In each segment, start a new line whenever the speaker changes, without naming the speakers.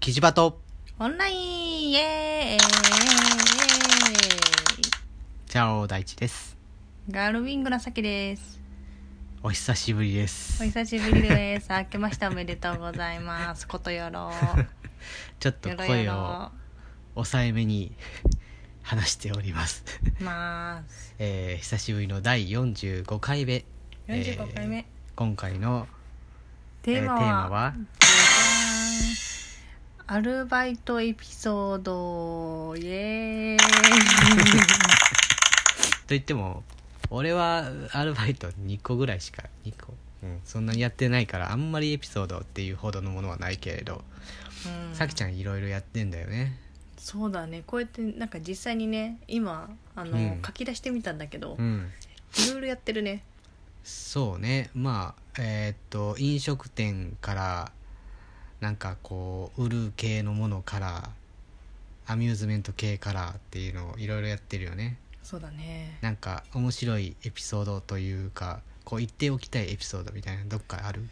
キジバト。
オンラインイエーイ
チャオ大地です。
ガールウィングのさきです。
お久しぶりです
お。久しぶりです。明けましておめでとうござ います。ことよろ。
ちょっと
よろ
声
よ
を
ろ。
抑えめに 話しております。
ます。
えー久しぶりの第45回目。
45回目
えー今回の、
テーマ
えーテーマは
は、じゃじゃんアルバイトエピソードイエーイ
と言っても、俺はアルバイト2個ぐらいしか、2個。うん、そんなにやってないからあんまりエピソードっていうほどのものはないけれど、
うん
さきちゃんいろいろやってんだよね
そうだねこうやってなんか実際にね今あの、
うん
書き出してみたんだけど、
うん
いろいろやってるね
そうねまあえーっと飲食店からなんかこう売る系のものからアミューズメント系からっていうのをいろいろやってるよね
そうだね
なんか面白いエピソードというかこう言っておきたいエピソードみたいなのどっかある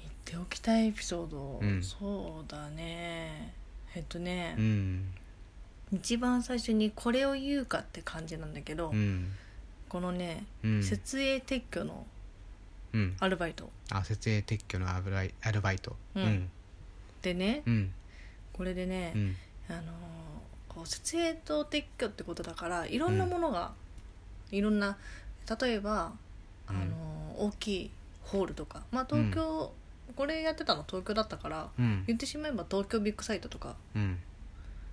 言っておきたいエピソード、
うん
そうだねえっとね
う、ん
一番最初にこれを言うかって感じなんだけど、
うん
このね、
うん
設営撤去の
うん
アルバイト
あ設営撤去のアルバイアルバイト
うんでね、
うん
これでね、
うん
あのーこう設営と撤去ってことだからいろんなものが、いろんな例えば、
うん
あのー大きいホールとかまあ東京、これやってたの東京だったから
うん
言ってしまえば東京ビッグサイトとか
うん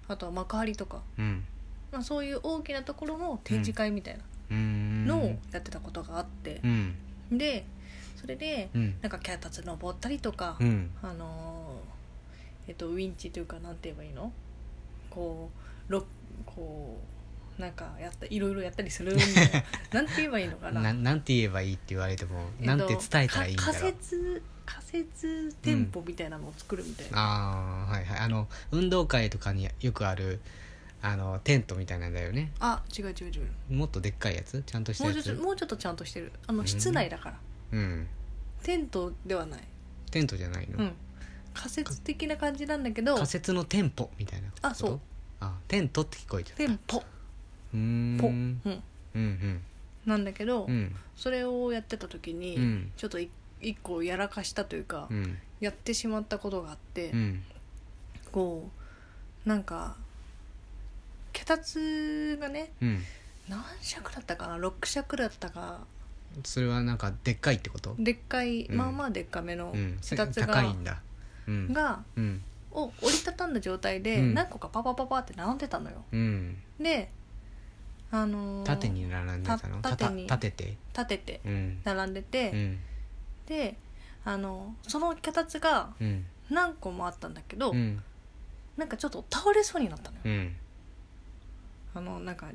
あとは幕張とか、
うん
まあ、そういう大きなところの展示会みたいな
うん
のをやってたことがあって
う、ん
でそれで
うん
なんか脚立登ったりとか、
うん
あのーえっとウィンチというかなんて言えばいいのこうロこうなんかやったいろいろやったりするん だよなんて言えばいいのかな
ななんて言えばいいって言われても、
えっと
なんて伝えたらいいんだ
か
ろ
仮
う
設仮設店舗みたいなのを作るみたいな、
ああはいはいあの運動会とかによくあるあのテントみたいなんだよね
あ違う違う違う
もっとでっかいやつちゃんとした
もう
や
ちょっ
つ
ともうちょっとちゃんとしてるあ
う
の
ん
室内だから、
うん
テントではない、
テントじゃないうの、
ん、仮設的な感じなんだけど
仮設の店舗みたいなこと
あそう
あテントって聞こえちゃう
店舗
うーん
ぽ、うん、
うん
なんだけど、
うんうん
それをやってた時に、
うん
ちょっとい一個やらかしたというか、
うん
やってしまったことがあって、
うん
こうなんか脚立がね
うん
何尺だったかな6尺だったか
それはなんかでっかいってこと、
でっかい、
うん
まあまあでっかめの
うん、
脚立
高
が,、
いんだうん
が
うん
を折りたたんだ状態で
うん
何個かパパパパって並んでたのよ。
うん
であのー
縦に並んでたのた
た
た
縦に
立てて
立てて
うん
並んでて、
うん
であのその脚立が
うん
何個もあったんだけど、
うん
なんかちょっと倒れそうになったのよ。
うん
あのなんか、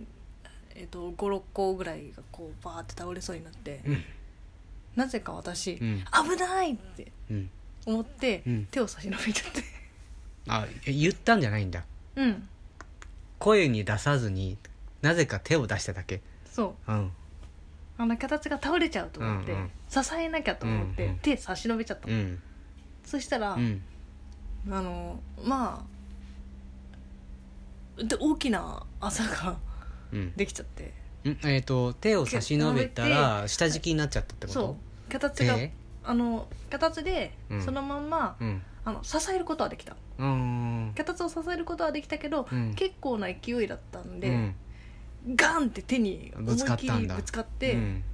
えっと56個ぐらいがこうバーって倒れそうになって、
うん
なぜか私、
うん
危ないって
うん
思って、
うん
手を差し伸べちゃって
あえ言ったんじゃないんだ
うん
声に出さずになぜか手を出しただけ
そう
うん
あの脚立が倒れちゃうと思って、
うんうん
支えなきゃと思って、
うんうん
手差し伸べちゃったの、
ん
そしたら、
うん
あのまあで大きな朝が
うん
できちゃって
うんえっ、と手を差し伸べたら下敷きになっちゃったってこと
そう脚立が
手
あの脚立で、
うん
そのまんま
うん
あの支えることはできた
うん
脚立を支えることはできたけど、
うん
結構な勢いだったんで、
うん
ガンって手に思
ぶ
い
つか
っ
っ
き
たん
り
だ
ぶつかって
うん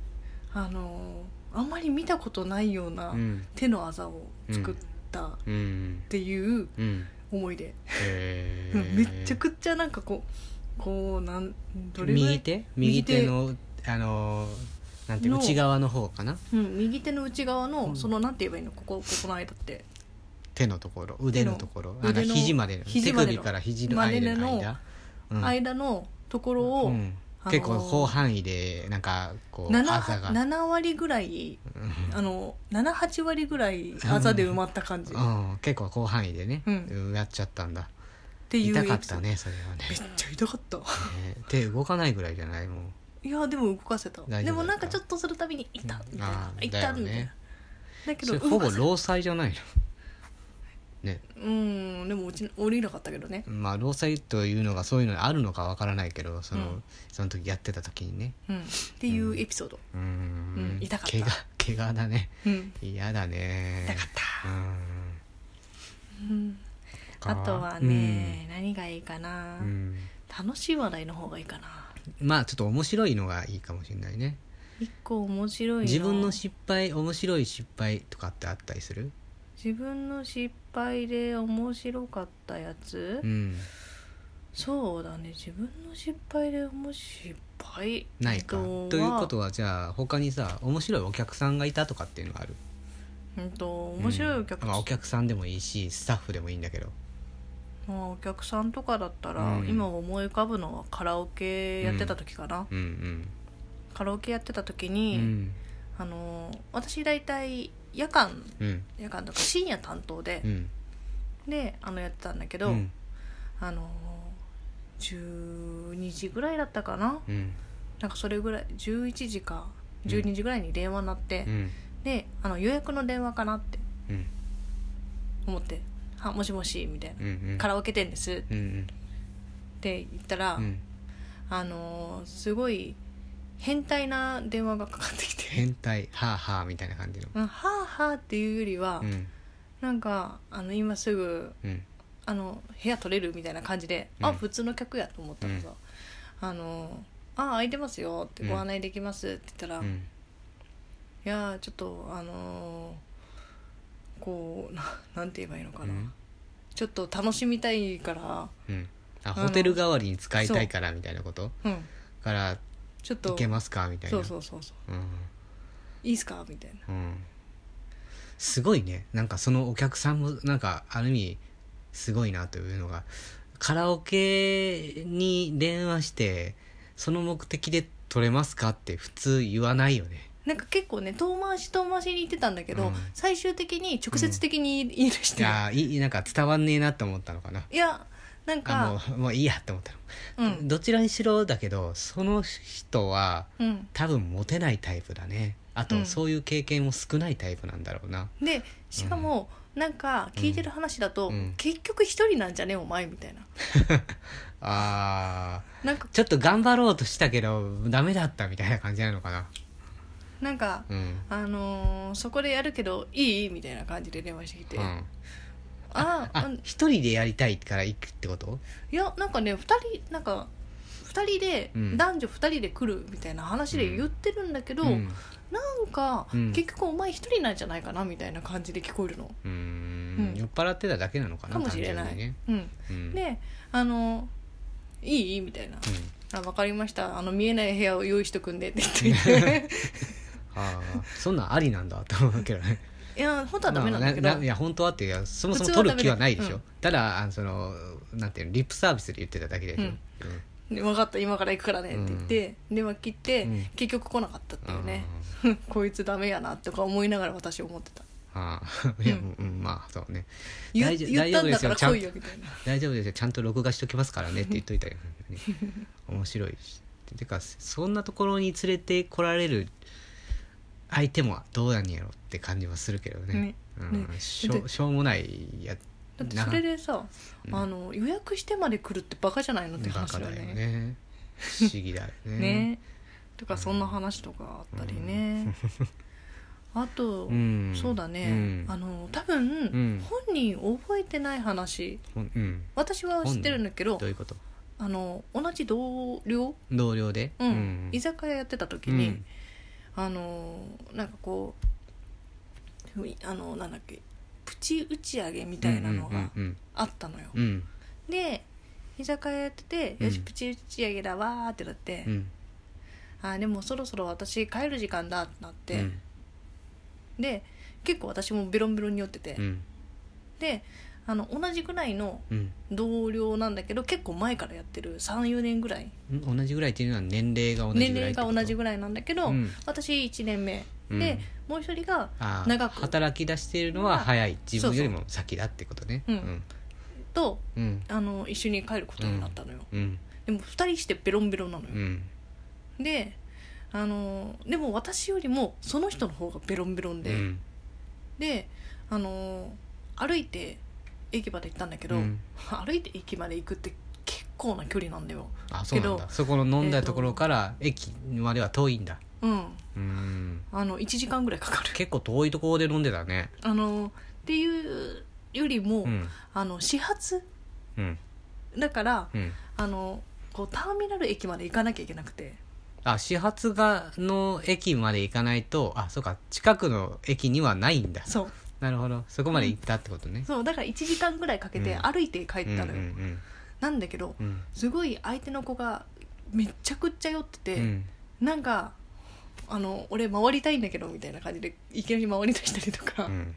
あのーあんまり見たことないような
うん
手のあざを作ったっ
うん
ていう
うん
思い出、
え
うん めっちゃ
く
くっちゃなんかこうこうなんどれぐらい
右手右手のあのーなんていう
の
内側の方かな
うん、右手の内側の、
うん
そのなんて言えばいいのここここの間って
手のところ腕のところ
手の
あの
腕の
肘までの
肘
手
までの
首から肘の間の間、うん
間のところを、
うん
あのー
結構広範囲でなんかこう
7
あざが
7割ぐらいあの78割ぐらいあざで埋まった感じ、
う
っ
ん、うん、結構広範囲でね、
うん
やっちゃったんだ
ていう
痛か
エ
っ
ピソー
た
ド
ねそれはね
めっちゃ痛かった
ね手動かないぐらいじゃないもう
いやでも動かせた
大丈夫だった
でもなんかちょっとするたびに「痛っ」みたい
あ
な「
ー
痛っ」み
だ
た
よ
いな
ね
だけ
そ
ど
れほぼ
動かせ
労災じゃないの ね
うんでもうち降りなかったけどね
まあ労災というのがそういうのにあるのかわからないけどその,、
うん
その時やってた時にね
うんっていうエピソード
うーん
うん痛かった
怪我怪我だね
うん
嫌だね
痛かった
うーん
うん
他
あとはね何がいいかな
うんうん
楽しい話題の方がいいかな
まあちょっと面白いのがいいかもしれないね
一個面白い
自分の失敗面白い失敗とかってあったりする
自分の失敗で面白かったやつ、
うん
そうだね自分の失敗で面白い失敗
ないかということ
は
はじゃあ他にさ面白いお客さんがいたとかっていうのはある
うんと面白いお客
う
さ
ん
ん、
まあお客さんでもいいしスタッフでもいいんだけど
まあお客さんとかだったら、
うん
今思い浮かぶのはカラオケやってた時かな、
うん
カラオケやってた時
うんう
に、
ん
あの私大体夜間
うん
夜間とか深夜担当で
う、ん
であのやってたんだけど、
うん
あの12時ぐらいだったかな
うん
なんかそれぐらい11時か12時ぐらいに電話になって、
うん
であの予約の電話かなって
うん
思って「あもしもし」みたいな、
うんうん
カラオケ店です」っ
うんうん
て言ったら、
うん
あのーすごい変態な電話がかかってきて
変態はあはあみたいな感じの
「うんはあはあ」っていうよりは、
うん
なんかあの今すぐ
うん
あの部屋取れるみたいな感じで、
う
あ
ん
普通の客やと思ったのさ、あのーあ空いてますよって
うん
ご案内できますって言ったら、
う
い
ん
やーちょっとあのーこうななんて言えばいいのかな、
うん
ちょっと楽しみたいから
うんあ
あの
ホテル代わりに使いたいからみたいなこと
うん
から
ちょっと
行けますかみたいな
そうそうそうそう
うん
いいっすかみたいな
うんすごいねなんかそのお客さんもなんかある意味すごいなというのがカラオケに電話してその目的で取れますかって普通言わないよね
なんか結構ね遠回し遠回しに行ってたんだけど、
うん
最終的に直接的に言い出して、
ああいいなんか伝わんねえなと思ったのかない
やなん
あ
か
もうもういいやって思ったの、
うん
どちらにしろだけどその人は
うん
多分モテないタイプだねあと、
うん
そういう経験も少ないタイプなんだろうな
でしかも、なんか聞いてる話だと、
うん
結局一人なんじゃねお前みたいな
あー
なんか
ちょっと頑張ろうとしたけどダメだったみたいな感じなのかな
なんか、
うん
あのーそこでやるけどいいみたいな感じで電話してきて、
う
あ
ん、
あ
あ
うん
一人でやりたいから行くってこと
いやなんかね二人なんか二人で、
うん
男女二人で来るみたいな話で言ってるんだけど、
うん
なんか、
うん
結局お前一人なんじゃないかなみたいな感じで聞こえるの
うー
うんん
酔っ払ってただけなのかな
かもしれない、
単純にね、
うん、
うん
であの「いい?」みたいな
うん
「あ分かりましたあの見えない部屋を用意しとくんで」って 言って
ああそんなんありなんだと思うけど ね
いや本当はダメなんだ けど、
まあいや本当はっていうかそもそも
普通は
取る気はないで
ダ
し
メ
ょ、
だうん
ただあのそのなんていうのリップサービスで言ってただけでしょ、
うんで分かった今から行くからね」って言って、電話切って、
うん
結局来なかったっていうね
あー
こいつダメやなとか思いながら私思ってた
ああいや、
う
うんまあそうね
言
大丈夫
言ったんだ
大丈夫で
から
すよ
来いよみたいな
大丈夫ですよちゃんと録画しときますからねって言っといたよ、ね、面白いしてかそんなところに連れてこられる相手もどうなんやろって感じはするけどね
ね
うん
ね
しょ
で
しょうもないや
だってそれでさ、
うん
あの予約してまで来るってバカじゃないのって
バ
話
カ
だよ
だよ
ね
ね不思議だよね
ねとかそんな話とかあったりね、あと、
うん
そうだね、
うん
あの多分、
ん
本人覚えてない話
ほんうん
私は知ってるんだけど
どういうこと
あの同じ同僚、
同僚で
うん居酒屋やってた時に、あのなんかこうふいあのなんだっけプチ打ち上げみ
み
たいなの
うん
が
うん
あったのよ、
うんうん
で居酒屋やってて「
うん
よしプチ打ち上げだわ」ーってなって
うんうん
「あーでもそろそろ私帰る時間だ」ってなって、
うん
で結構私もベロンベロンに酔ってて、
うん
であの同じぐらいの
うん
同僚なんだけど結構前からやってる34年ぐらい
うん同じぐらいっていうのは年齢が同じ
年
ぐらい
齢
ってこ
が
と
同じぐらいなんだけど、
うん
私1年目、
うん
でもう一人が
あー
長く
働き出しているのは早い自分よりも先だってことね
そう
う
そうんと
うん
あの一緒に帰ることになったのよ、
うん
でも2人してベロンベロンなのよ
う、ん
であのでも私よりもその人の方がベロンベロンで、
うん
であの歩いて駅まで行ったんだけど、
うん
歩いて駅まで行くって結構な距離なんだよ
あそうなん
け
だ
ど
そこの飲んだところから駅までは遠いんだ、
うん
うん
あの1時間ぐらいかかる
結構遠いところで飲んでたね
あのっていうよりも、
うん
あの始発
うん
だから
うん
あのこうターミナル駅まで行かなきゃいけなくて
あ始発がの駅まで行かないとあそうか近くの駅にはないんだ
そう
なるほどそこまで行ったってことね、
そうだから1時間ぐらいかけて
うん
歩いて帰っ
うん、う
た
ん
の
う
よ、
ん
なんだけど
うん
すごい相手の子がめちゃくちゃ酔ってて、
うん
なんかあの俺回りたいんだけどみたいな感じでいきなり回りだしたりとか、
うん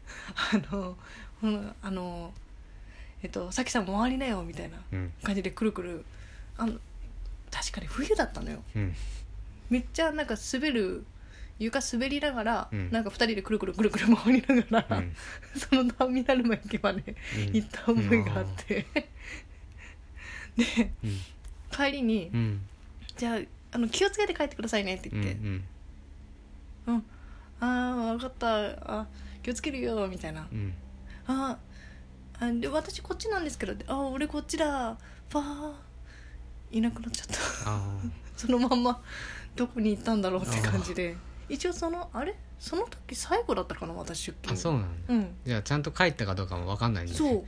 あのほんあのえっとさきさん回りなよみたいな
うん
感じでくるくるあの確かに冬だったのよ
うん
めっちゃなんか滑る床滑りながら、
うん
なんか2人でくるくるくるくる回りなが
う
ら、
ん
そのターミナルの駅まで行った思いがあって、で
うん
帰りに
うんうん
「じゃああの気をつけて帰ってくださいね」って
う
言って
ん
「うん、ああ分かったあ気をつけるよ」みたいな
うん
「ああで私こっちなんですけど」あ俺こっちだ」パーいなくなっちゃった
あ
そのまんまどこに行ったんだろうって感じで一応そのあれその時最後だったかな私
ー
出
あ
勤
そうなんだ
うん
じゃあちゃんと帰ったかどうかも分かんないんだね
そう、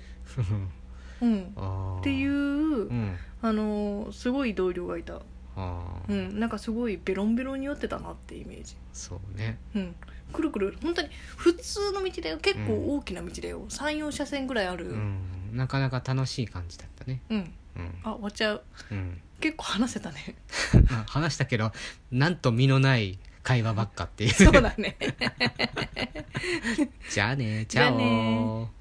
うん、
あー
っていう、
うん
あのーすごい同僚がいた、
あー
うん、なんかすごいベロンベロンに酔ってたなってイメージ、
そうね
うん、くるくる本当に普通の道だよ結構大きな道だよ34車線ぐらいある、
う
うん
んなかなか楽しい感じだったねうん
あ終わっちゃう
うん
結構話せたね
まあ話したけどなんと身のない会話ばっかっていう
そうだね
じゃあね、
じゃあ
チャオ
ね